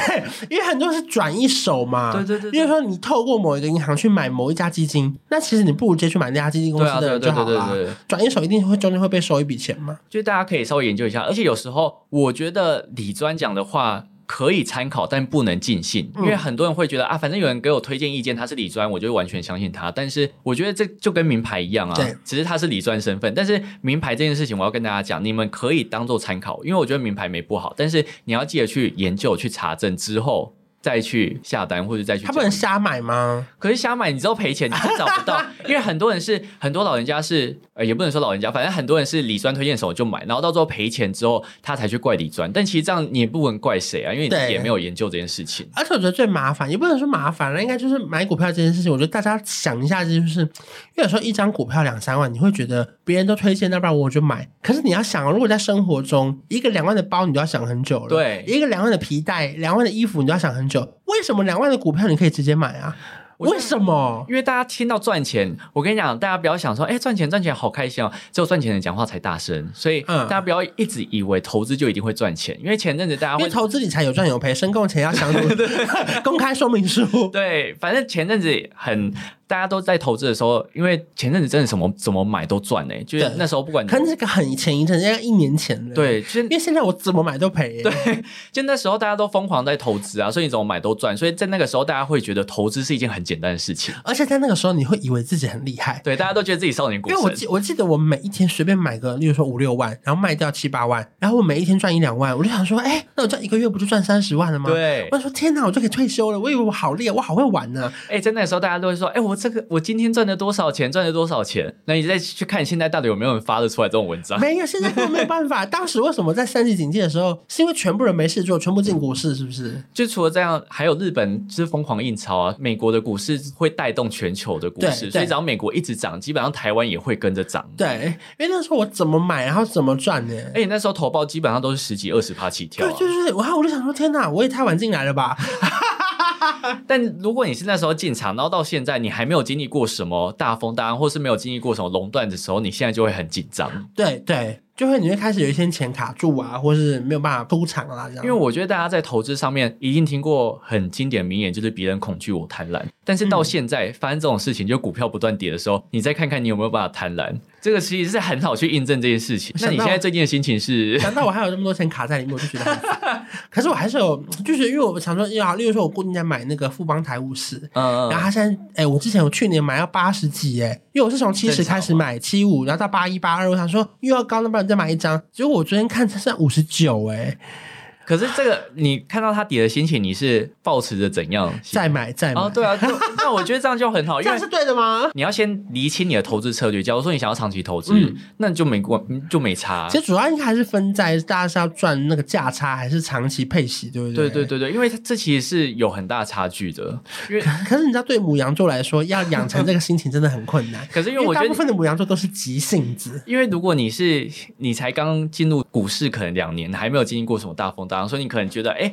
[SPEAKER 1] 因为很多是转一手嘛。
[SPEAKER 2] 对对对对
[SPEAKER 1] 比如说你透过某一个银行去买某一家基金，那其实你不如直接去买那家基金公
[SPEAKER 2] 对
[SPEAKER 1] 司
[SPEAKER 2] 啊
[SPEAKER 1] 的
[SPEAKER 2] 对啊
[SPEAKER 1] 人就
[SPEAKER 2] 对啊对
[SPEAKER 1] 好
[SPEAKER 2] 啊对
[SPEAKER 1] 了
[SPEAKER 2] 啊。对啊，
[SPEAKER 1] 转一手一定会中间会被收一笔钱嘛。
[SPEAKER 2] 就大家可以稍微研究一下，而且有时候我觉得理专讲的话。可以参考，但不能尽信，因为
[SPEAKER 1] 嗯
[SPEAKER 2] 很多人会觉得啊，反正有人给我推荐意见，他是理专，我就会完全相信他。但是我觉得这就跟名牌一样啊
[SPEAKER 1] 对，
[SPEAKER 2] 只是他是理专身份。但是名牌这件事情，我要跟大家讲，你们可以当做参考，因为我觉得名牌没不好，但是你要记得去研究、去查证之后。再去下单或者再去
[SPEAKER 1] 他
[SPEAKER 2] 交易。
[SPEAKER 1] 不能瞎买吗？
[SPEAKER 2] 可是瞎买，你知道赔钱，你是找不 到，因为很多人是很多老人家是，呃，也不能说老人家，反正很多人是理专推荐手就买，然后到最后赔钱之后，他才去怪理专。但其实这样你也不能怪谁啊，因为你自己
[SPEAKER 1] 对
[SPEAKER 2] 也没有研究这件事情。
[SPEAKER 1] 而且我觉得最麻烦，也不能说麻烦了，应该就是买股票这件事情，我觉得大家想一下，就是因为有时候一张股票两三万，你会觉得别人都推荐，那不然我就买。可是你要想哦，如果在生活中，一个两万的包你都要想很久了，
[SPEAKER 2] 对
[SPEAKER 1] 一个两万的皮带、两万的衣服你都要想很久。为什么两万的股票你可以直接买啊？为什么？
[SPEAKER 2] 因为大家听到赚钱，我跟你讲，大家不要想说，哎、赚钱赚钱好开心哦，只有赚钱的讲话才大声，所以
[SPEAKER 1] 嗯
[SPEAKER 2] 大家不要一直以为投资就一定会赚钱，因为前阵子大家
[SPEAKER 1] 因
[SPEAKER 2] 会
[SPEAKER 1] 为投资理财有赚有赔，申购前要详读 公开说明书。
[SPEAKER 2] 对，反正前阵子很大家都在投资的时候，因为前阵子真的什么怎么买都赚呢、欸就是
[SPEAKER 1] 对
[SPEAKER 2] 那时候不管 你
[SPEAKER 1] 可是这个很前一阵，应该一年前了。，
[SPEAKER 2] 对，就
[SPEAKER 1] 因
[SPEAKER 2] 是
[SPEAKER 1] 为现在我怎么买都赔耶。对
[SPEAKER 2] 就那时候大家都疯狂在投资啊，所以你怎么买都赚，所以在那个时候大家会觉得投资是一件很简单的事情，
[SPEAKER 1] 而且在那个时候，你会以为自己很厉害，
[SPEAKER 2] 对，大家都觉得自己少年股
[SPEAKER 1] 因为我
[SPEAKER 2] 神。
[SPEAKER 1] 记我记得我每一天随便买个，例如说五六万，然后卖掉七八万，然后我每一天赚一两万，我就想说，哎，那我这样一个月不就赚三十万了吗？，
[SPEAKER 2] 对
[SPEAKER 1] 我，想说天哪，我就可以退休了。我以为我好厉害，我好会玩啊呢、
[SPEAKER 2] 哎、在那个时候，大家都会说，哎、我这个我今天赚了多少钱，赚了多少钱？那你再去看现在到底有没有人发得出来这种文章？
[SPEAKER 1] 没有，现在根本没有办 法。当时为什么在三级警戒的时候，是因为全部人没事做，全部进股市，是不是？
[SPEAKER 2] 就除了这样，还有日本就是疯狂印钞啊，美国的股市会带动全球的股
[SPEAKER 1] 对
[SPEAKER 2] 市，
[SPEAKER 1] 对
[SPEAKER 2] 所以只要美国一直涨，基本上台湾也会跟着涨。
[SPEAKER 1] 对，因为那时候我怎么买，然后怎么赚呢？
[SPEAKER 2] 哎、那时候投报基本上都是十几二十趴起跳、
[SPEAKER 1] 对，
[SPEAKER 2] 啊，
[SPEAKER 1] 就是我，然后我就想说，天哪，我也太晚进来了 吧？
[SPEAKER 2] 但如果你是那时候进场，然后到现在你还没有经历过什么大风大浪，或是没有经历过什么垄断的时候，你现在就会很紧张。
[SPEAKER 1] 对对，就会你会开始有一些钱卡住啊，或是没有办法出场啦，这样。
[SPEAKER 2] 因为我觉得大家在投资上面一定听过很经典名言，就是别人恐惧我贪婪。但是到现在、发生这种事情，就股票不断跌的时候，你再看看你有没有办法贪婪，这个其实是很好去印证这件事情。
[SPEAKER 1] 我
[SPEAKER 2] 那
[SPEAKER 1] 想
[SPEAKER 2] 你
[SPEAKER 1] 到
[SPEAKER 2] 现在最近的心情是？
[SPEAKER 1] 难道我还有这么多钱卡在里面，我就觉得很烦。 可是我还是有，就是因为我想说，要例如说我固定在买那个富邦台五十，
[SPEAKER 2] 嗯，
[SPEAKER 1] 然后它现在，哎、我之前我去年买到八十几，哎，因为我是从七十
[SPEAKER 2] 正常
[SPEAKER 1] 开始买，七五，然后到八一八二，我想说又要高，那不然再买一张。结果我昨天看它剩五十九，哎，
[SPEAKER 2] 可是这个你看到它跌的心情，你是抱持着怎样的心？
[SPEAKER 1] 再买再买，
[SPEAKER 2] 哦，对啊，就那我觉得这样就很好，
[SPEAKER 1] 这
[SPEAKER 2] 因
[SPEAKER 1] 样
[SPEAKER 2] 为
[SPEAKER 1] 是对的吗？
[SPEAKER 2] 你要先厘清你的投资策略。假如说你想要长期投资，
[SPEAKER 1] 嗯
[SPEAKER 2] 那你就没关嗯就没差。
[SPEAKER 1] 其实主要应该还是分在大家是要赚那个价差，还是长期配息，对不
[SPEAKER 2] 对
[SPEAKER 1] 对？
[SPEAKER 2] 对。对对，因为它这其实是有很大差距的。因为。
[SPEAKER 1] 可是你知道，对母羊座来说，要养成这个心情真的很困难
[SPEAKER 2] 可是 因
[SPEAKER 1] 因
[SPEAKER 2] 为
[SPEAKER 1] 为
[SPEAKER 2] 我觉
[SPEAKER 1] 大
[SPEAKER 2] 得
[SPEAKER 1] 部分的母羊座都是急性子，
[SPEAKER 2] 因为如果你是你才刚进入股市，可能两年还没有经历过什么大风大浪，所以你可能觉得，哎，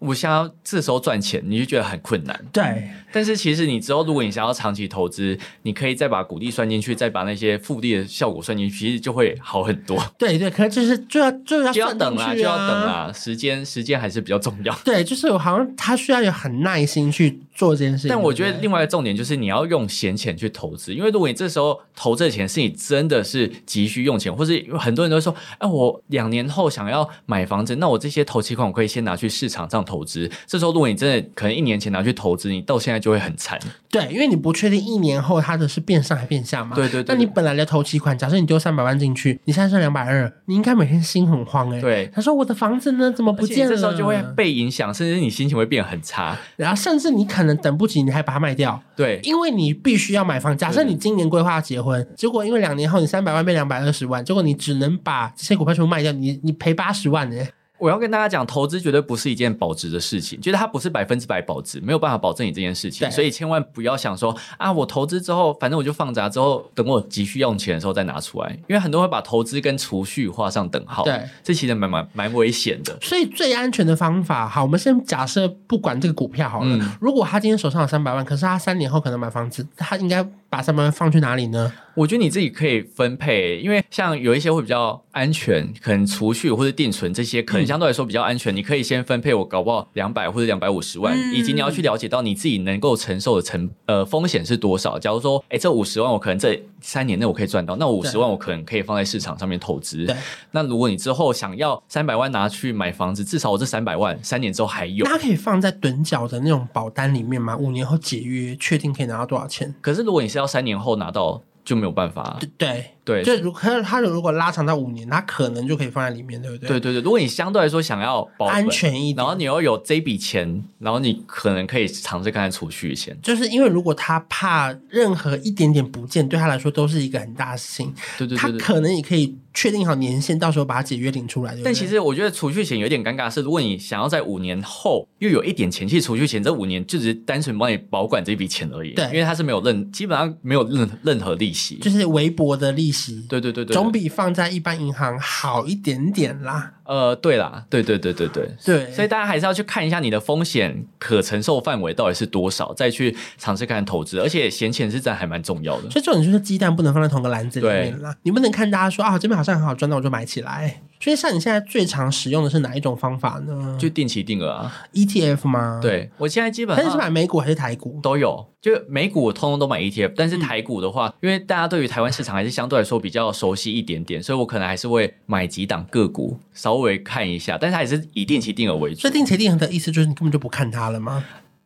[SPEAKER 2] 我想要这时候赚钱，你就觉得很困难。
[SPEAKER 1] 对，
[SPEAKER 2] 但是其实你之后，如果你想要长期投资，你可以再把股利算进去，再把那些复利的效果算进去，其实就会好很多。
[SPEAKER 1] 对对，可是就是就要就要
[SPEAKER 2] 就要
[SPEAKER 1] 算
[SPEAKER 2] 等
[SPEAKER 1] 进
[SPEAKER 2] 啦，
[SPEAKER 1] 去
[SPEAKER 2] 就要
[SPEAKER 1] 啊
[SPEAKER 2] 等。啦，时间时间还是比较重要。
[SPEAKER 1] 对，就是我好像他需要有很耐心去做这件事情。
[SPEAKER 2] 但我觉
[SPEAKER 1] 对
[SPEAKER 2] 得
[SPEAKER 1] 不对
[SPEAKER 2] 另外一个重点就是你要用闲钱去投资，因为如果你这时候投这钱是你真的是急需用钱，或是很多人都会说，哎、我两年后想要买房子，那我这些投期款我可以先拿去市场上投资。这时候如果你真的可能一年前拿去投资，你到现在就会很惨。
[SPEAKER 1] 对，因为你不确定一年后它的是变上还变下嘛。
[SPEAKER 2] 对对对
[SPEAKER 1] 那你本来的头期款，假设你丢三百万进去，你现在剩两百二，你应该每天心很慌哎、
[SPEAKER 2] 对
[SPEAKER 1] 他说我的房子呢，怎么不
[SPEAKER 2] 而且
[SPEAKER 1] 见
[SPEAKER 2] 你
[SPEAKER 1] 了？
[SPEAKER 2] 这时候就会被影响，甚至你心情会变得很差。
[SPEAKER 1] 然后甚至你可能等不及，你还把它卖掉，
[SPEAKER 2] 对，
[SPEAKER 1] 因为你必须要买房。假设
[SPEAKER 2] 对对
[SPEAKER 1] 你今年规划结婚，结果因为两年后你三百万变两百二十万，结果你只能把这些股票全部卖掉，你你赔八十万哎、
[SPEAKER 2] 我要跟大家讲，投资绝对不是一件保值的事情，就是它不是百分之百保值，没有办法保证你这件事情，
[SPEAKER 1] 对
[SPEAKER 2] 所以千万不要想说啊，我投资之后，反正我就放着，之后等我急需用钱的时候再拿出来，因为很多人会把投资跟储蓄画上等号，
[SPEAKER 1] 对，
[SPEAKER 2] 这其实蛮蛮蛮危险的。
[SPEAKER 1] 所以最安全的方法，好，我们先假设不管这个股票好了。
[SPEAKER 2] 嗯
[SPEAKER 1] 如果他今天手上有三百万，可是他三年后可能买房子，他应该把三百万放去哪里呢？
[SPEAKER 2] 我觉得你自己可以分配，因为像有一些会比较安全，可能储蓄或者定存这些，
[SPEAKER 1] 嗯
[SPEAKER 2] 可能相对来说比较安全。你可以先分配，我搞不好两百或者两百五十万，
[SPEAKER 1] 嗯
[SPEAKER 2] 以及你要去了解到你自己能够承受的成呃风险是多少。假如说，哎，这五十万我可能这三年内我可以赚到，那五十万我可能可以放在市场上面投资
[SPEAKER 1] 对。
[SPEAKER 2] 那如果你之后想要三百万拿去买房子，至少我这三百万三年之后还有
[SPEAKER 1] 那。他可以放在趸缴的那种保单里面吗？五年后解约，确定可以拿到多少钱？
[SPEAKER 2] 可是如果你是要三年后拿到，就没有办法啊、
[SPEAKER 1] 对对，
[SPEAKER 2] 对，
[SPEAKER 1] 就如可它如果拉长到五年，它可能就可以放在里面，对不对？
[SPEAKER 2] 对对对，如果你相对来说想要保本
[SPEAKER 1] 安，全一点
[SPEAKER 2] 然。后你又有这笔钱，然后你可能可以尝试看看储蓄钱。
[SPEAKER 1] 就是因为如果他怕任何一点点不见，对他来说都是一个很大的事情。
[SPEAKER 2] 对对
[SPEAKER 1] 他
[SPEAKER 2] 对对。
[SPEAKER 1] 可能也可以确定好年限，到时候把它解约领出来。对不对
[SPEAKER 2] 但其实我觉得储蓄险有点尴尬，是如果你想要在五年后又有一点钱，其实储蓄险这五年就只是单纯帮你保管这笔钱而已，
[SPEAKER 1] 对
[SPEAKER 2] 因为它是没有任基本上没有任任何利息，
[SPEAKER 1] 就是微薄的利息，
[SPEAKER 2] 对对对对，
[SPEAKER 1] 总比放在一般银行好一点点啦。
[SPEAKER 2] 呃对啦，对对对对对，
[SPEAKER 1] 对，
[SPEAKER 2] 所以大家还是要去看一下你的风险可承受范围到底是多少，再去尝试看投资，而且闲钱是真的还蛮重要的。
[SPEAKER 1] 所以这种就是鸡蛋不能放在同个篮子里面啦。你不能看大家说啊，这边好像很好赚，那我就买起来。
[SPEAKER 2] 嗯
[SPEAKER 1] 所以像你现在最常使用的是哪一种方法呢？
[SPEAKER 2] 就定期定额啊，
[SPEAKER 1] ETF 吗？，
[SPEAKER 2] 对我现在基本
[SPEAKER 1] 但是
[SPEAKER 2] 上
[SPEAKER 1] 买美股还是台股？
[SPEAKER 2] 都有，就美股我通通都买 ETF，但是台股的话，因为大家对于台湾市场还是相对来说比较熟悉一点点，所以我可能还是会买几档个股稍微看一下，但是还是以定期定额为主
[SPEAKER 1] 所以。定期定额的意思就是你根本就不看它了吗？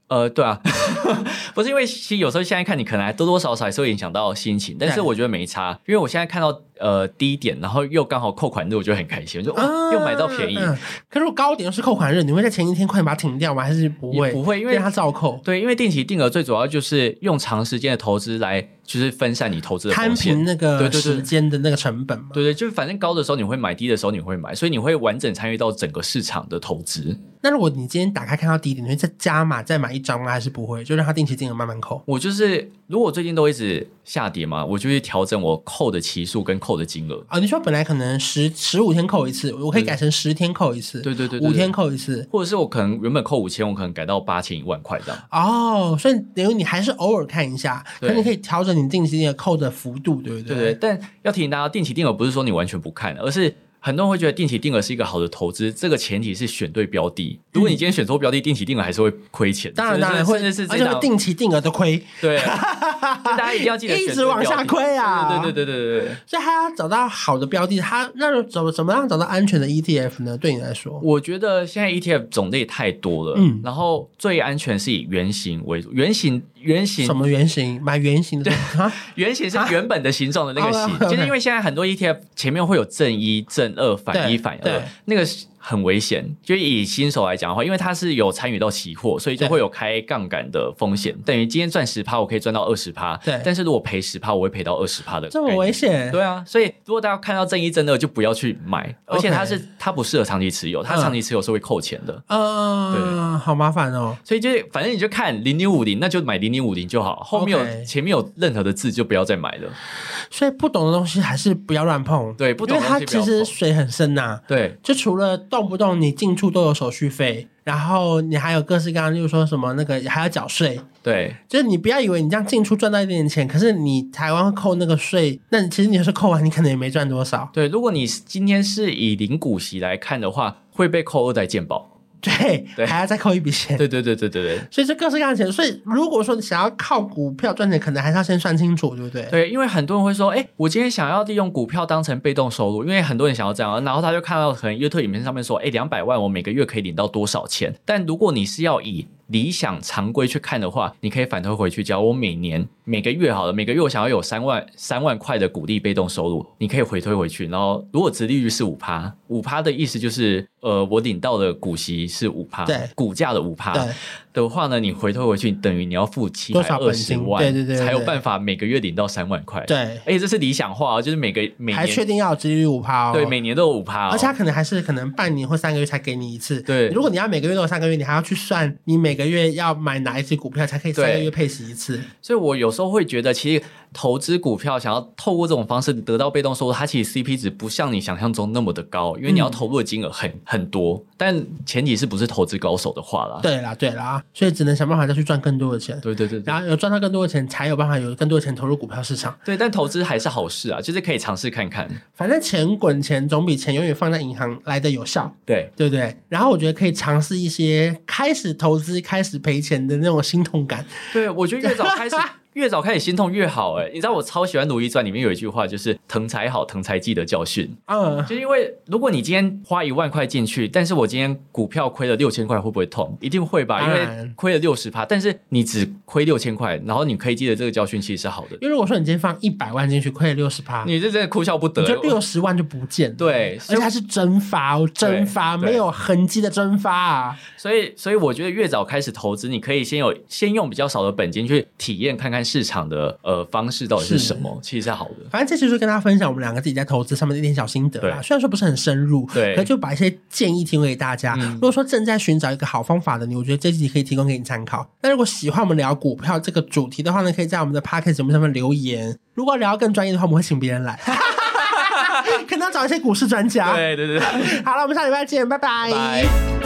[SPEAKER 2] 呃，对 啊，不是因为其实有时候现在看你可能还多多少少还是会影响到心情，但是
[SPEAKER 1] 对
[SPEAKER 2] 我觉得没差，因为我现在看到呃低点，然后又刚好扣款日，我就很开心，我就、哇又买到便宜。
[SPEAKER 1] 嗯可是我高点又是扣款日，你会在前一天快点把它停掉吗？还是不会？
[SPEAKER 2] 也不会因为
[SPEAKER 1] 让它照扣，
[SPEAKER 2] 对，因为定期定额最主要就是用长时间的投资来，就是分散你投资的
[SPEAKER 1] 摊
[SPEAKER 2] 风
[SPEAKER 1] 平
[SPEAKER 2] 险。
[SPEAKER 1] 那
[SPEAKER 2] 对
[SPEAKER 1] 个
[SPEAKER 2] 对对
[SPEAKER 1] 时间的那个成本嘛。
[SPEAKER 2] 对对，就是反正高的时候你会买，低的时候你会买，所以你会完整参与到整个市场的投资。
[SPEAKER 1] 那如果你今天打开看到低点，你会再加码再买一张吗？还是不会？就让它定期定额慢慢扣。
[SPEAKER 2] 我就是如果最近都一直下跌嘛，我就去调整我扣的期数跟扣的金额。
[SPEAKER 1] 啊、你说本来可能十十五天扣一次，我可以改成十天扣一次，
[SPEAKER 2] 对对对对对
[SPEAKER 1] 五天扣一次。
[SPEAKER 2] 或者是我可能原本扣五千，我可能改到八千一万块这样。
[SPEAKER 1] 哦，所以等于你还是偶尔看一下，
[SPEAKER 2] 对
[SPEAKER 1] 可你可以调整你定期定额扣的幅度，对不
[SPEAKER 2] 对
[SPEAKER 1] 对？
[SPEAKER 2] 不对，但要提醒大家，定期定额不是说你完全不看，而是很多人会觉得定期定额是一个好的投资，这个前提是选对标的。如果你今天选错标的，定期定额还是会亏钱。
[SPEAKER 1] 嗯当然当然会，
[SPEAKER 2] 甚至是
[SPEAKER 1] 而
[SPEAKER 2] 这
[SPEAKER 1] 且会
[SPEAKER 2] 档
[SPEAKER 1] 定期定额的亏，
[SPEAKER 2] 对， 所以大家一定要记 得
[SPEAKER 1] 一
[SPEAKER 2] 选
[SPEAKER 1] 直
[SPEAKER 2] 对
[SPEAKER 1] 往
[SPEAKER 2] 标
[SPEAKER 1] 下
[SPEAKER 2] 的
[SPEAKER 1] 亏啊。
[SPEAKER 2] 对对对对对对对。
[SPEAKER 1] 所以他要找到好的标的，他那怎么怎么样找到安全的 ETF 呢？对你来说，
[SPEAKER 2] 我觉得现在 ETF 种类太多了，
[SPEAKER 1] 嗯
[SPEAKER 2] 然后最安全是以原型为主，原型原型
[SPEAKER 1] 什么原型？买原型的啊？
[SPEAKER 2] 原型是原本的形状的那个
[SPEAKER 1] 啊
[SPEAKER 2] 型，
[SPEAKER 1] 哦，OK，OK
[SPEAKER 2] 就是因为现在很多 ETF 前面会有正一、正二、反一、
[SPEAKER 1] 对
[SPEAKER 2] 反
[SPEAKER 1] 对
[SPEAKER 2] 二，那个是很危险。就以新手来讲的话，因为它是有参与到期货，所以就
[SPEAKER 1] 对
[SPEAKER 2] 会有开杠杆的风险。等于今天赚十趴，我可以赚到二十趴，
[SPEAKER 1] 对
[SPEAKER 2] 但是如果赔十趴，我会赔到二十趴的。
[SPEAKER 1] 这么危？险？
[SPEAKER 2] 对啊，所以如果大家看到正一、正二，就不要去买，而且
[SPEAKER 1] OK
[SPEAKER 2] 它是它不适合长期持有，它
[SPEAKER 1] 嗯
[SPEAKER 2] 长期持有是会扣钱的。
[SPEAKER 1] 嗯、好麻烦哦。
[SPEAKER 2] 所以就是，反正你就看零零五零，那就买零零五零就好。后面有
[SPEAKER 1] OK
[SPEAKER 2] 前面有任何的字，就不要再买了。
[SPEAKER 1] 所以不懂的东西还是不要乱碰。
[SPEAKER 2] 对不懂
[SPEAKER 1] 因
[SPEAKER 2] 的
[SPEAKER 1] 为它
[SPEAKER 2] 东西不
[SPEAKER 1] 其
[SPEAKER 2] 要
[SPEAKER 1] 实
[SPEAKER 2] 碰
[SPEAKER 1] 水很深呐、
[SPEAKER 2] 对，
[SPEAKER 1] 就除了动不动你进出都有手续费，然后你还有各式各样，例如说什么那个还要缴税。
[SPEAKER 2] 对
[SPEAKER 1] 就是你不要以为你这样进出赚到一点点钱，可是你台湾扣那个税，那你其实你要是扣完，你可能也没赚多少。
[SPEAKER 2] 对，如果你今天是以零股息来看的话，会被扣二代健保。
[SPEAKER 1] 对，
[SPEAKER 2] 对
[SPEAKER 1] 还要再扣一笔钱。
[SPEAKER 2] 对对对对对对
[SPEAKER 1] 所以这各式各样的钱，所以如果说你想要靠股票赚钱，可能还是要先算清楚，对不对？
[SPEAKER 2] 对，因为很多人会说，哎，我今天想要利用股票当成被动收入，因为很多人想要这样，然后他就看到可能 YouTube 影片上面说，哎，两百万我每个月可以领到多少钱？但如果你是要以理想常规去看的话，你可以反推回去，假如我每年每个月好了，每个月我想要有三万三万块的股利被动收入，你可以回推回去，然后如果殖利率是五趴，五趴的意思就是，呃，我领到的股息是五趴，
[SPEAKER 1] 对
[SPEAKER 2] 股价的五趴，
[SPEAKER 1] 对
[SPEAKER 2] 的话呢，你回退回去，等于你要付七
[SPEAKER 1] 多
[SPEAKER 2] 百
[SPEAKER 1] 少
[SPEAKER 2] 二
[SPEAKER 1] 本
[SPEAKER 2] 十
[SPEAKER 1] 金
[SPEAKER 2] 万，
[SPEAKER 1] 对对对对
[SPEAKER 2] 才有办法每个月领到三万块。，
[SPEAKER 1] 对
[SPEAKER 2] 而且这是理想化、哦，就是每个每
[SPEAKER 1] 还确
[SPEAKER 2] 年
[SPEAKER 1] 定要有殖利率五趴哦。
[SPEAKER 2] 对每年都有五趴、哦，
[SPEAKER 1] 而且他可能还是可能半年或三个月才给你一次。
[SPEAKER 2] 对
[SPEAKER 1] 如果你要每个月都有三个月，你还要去算你每个月要买哪一只股票才可以三
[SPEAKER 2] 对
[SPEAKER 1] 个月配息一次。
[SPEAKER 2] 所以我有时候会觉得，其实投资股票想要透过这种方式得到被动收入，它其实 CP 值不像你想象中那么的高，因为
[SPEAKER 1] 嗯
[SPEAKER 2] 你要投入的金额很、很多，但前提是不是投资高手的话啦。
[SPEAKER 1] 对啦，对啦，所以只能想办法再去赚更多的钱，
[SPEAKER 2] 啊对对对对
[SPEAKER 1] 然后有赚到更多的钱，才有办法有更多的钱投入股票市场。
[SPEAKER 2] 对，但投资还是好事啊，就是可以尝试看看。
[SPEAKER 1] 反正钱滚钱总比钱永远放在银行来的有效。
[SPEAKER 2] 对，
[SPEAKER 1] 对不对？然后我觉得可以尝试一些开始投资、开始赔钱的那种心痛感，啊
[SPEAKER 2] 对我觉得越早开始。越早开始心痛越好哎、你知道我超喜欢《如懿传》里面有一句话，就是“疼才好，疼才记得教训”。
[SPEAKER 1] 嗯，
[SPEAKER 2] 就因为如果你今天花一万块进去，但是我今天股票亏了六千块，会不会痛？一定会吧，因
[SPEAKER 1] 当
[SPEAKER 2] 为
[SPEAKER 1] 然
[SPEAKER 2] 亏了六十趴，但是你只亏六千块，然后你可以记得这个教训，其实是好的。
[SPEAKER 1] 因为如果说你今天放一百万进去，亏了六十趴，你
[SPEAKER 2] 你是真的哭笑不得，
[SPEAKER 1] 就六十万就不见了。
[SPEAKER 2] 对
[SPEAKER 1] 而且它是蒸发哦，蒸发
[SPEAKER 2] 对对
[SPEAKER 1] 没有痕迹的蒸发啊。
[SPEAKER 2] 所以，所以我觉得越早开始投资，你可以先有先用比较少的本金去体验看看市场的呃方式到底是
[SPEAKER 1] 是
[SPEAKER 2] 什么，其实是好的。
[SPEAKER 1] 反正这就是跟大家分享我们两个自己在投资上面的一点小心得啦。
[SPEAKER 2] 对
[SPEAKER 1] 虽然说不是很深入，
[SPEAKER 2] 对
[SPEAKER 1] 可就把一些建议提供给大家。如果说正在寻找一个好方法的你，我觉得这集可以提供给你参考。那如果喜欢我们聊股票这个主题的话呢，可以在我们的 p o c k e t 节目上面留言。如果聊更专业的话，我们会请别人来， 可能要找一些股市专家。啊
[SPEAKER 2] 对对对，
[SPEAKER 1] 好了，我们下礼拜见，拜
[SPEAKER 2] 拜。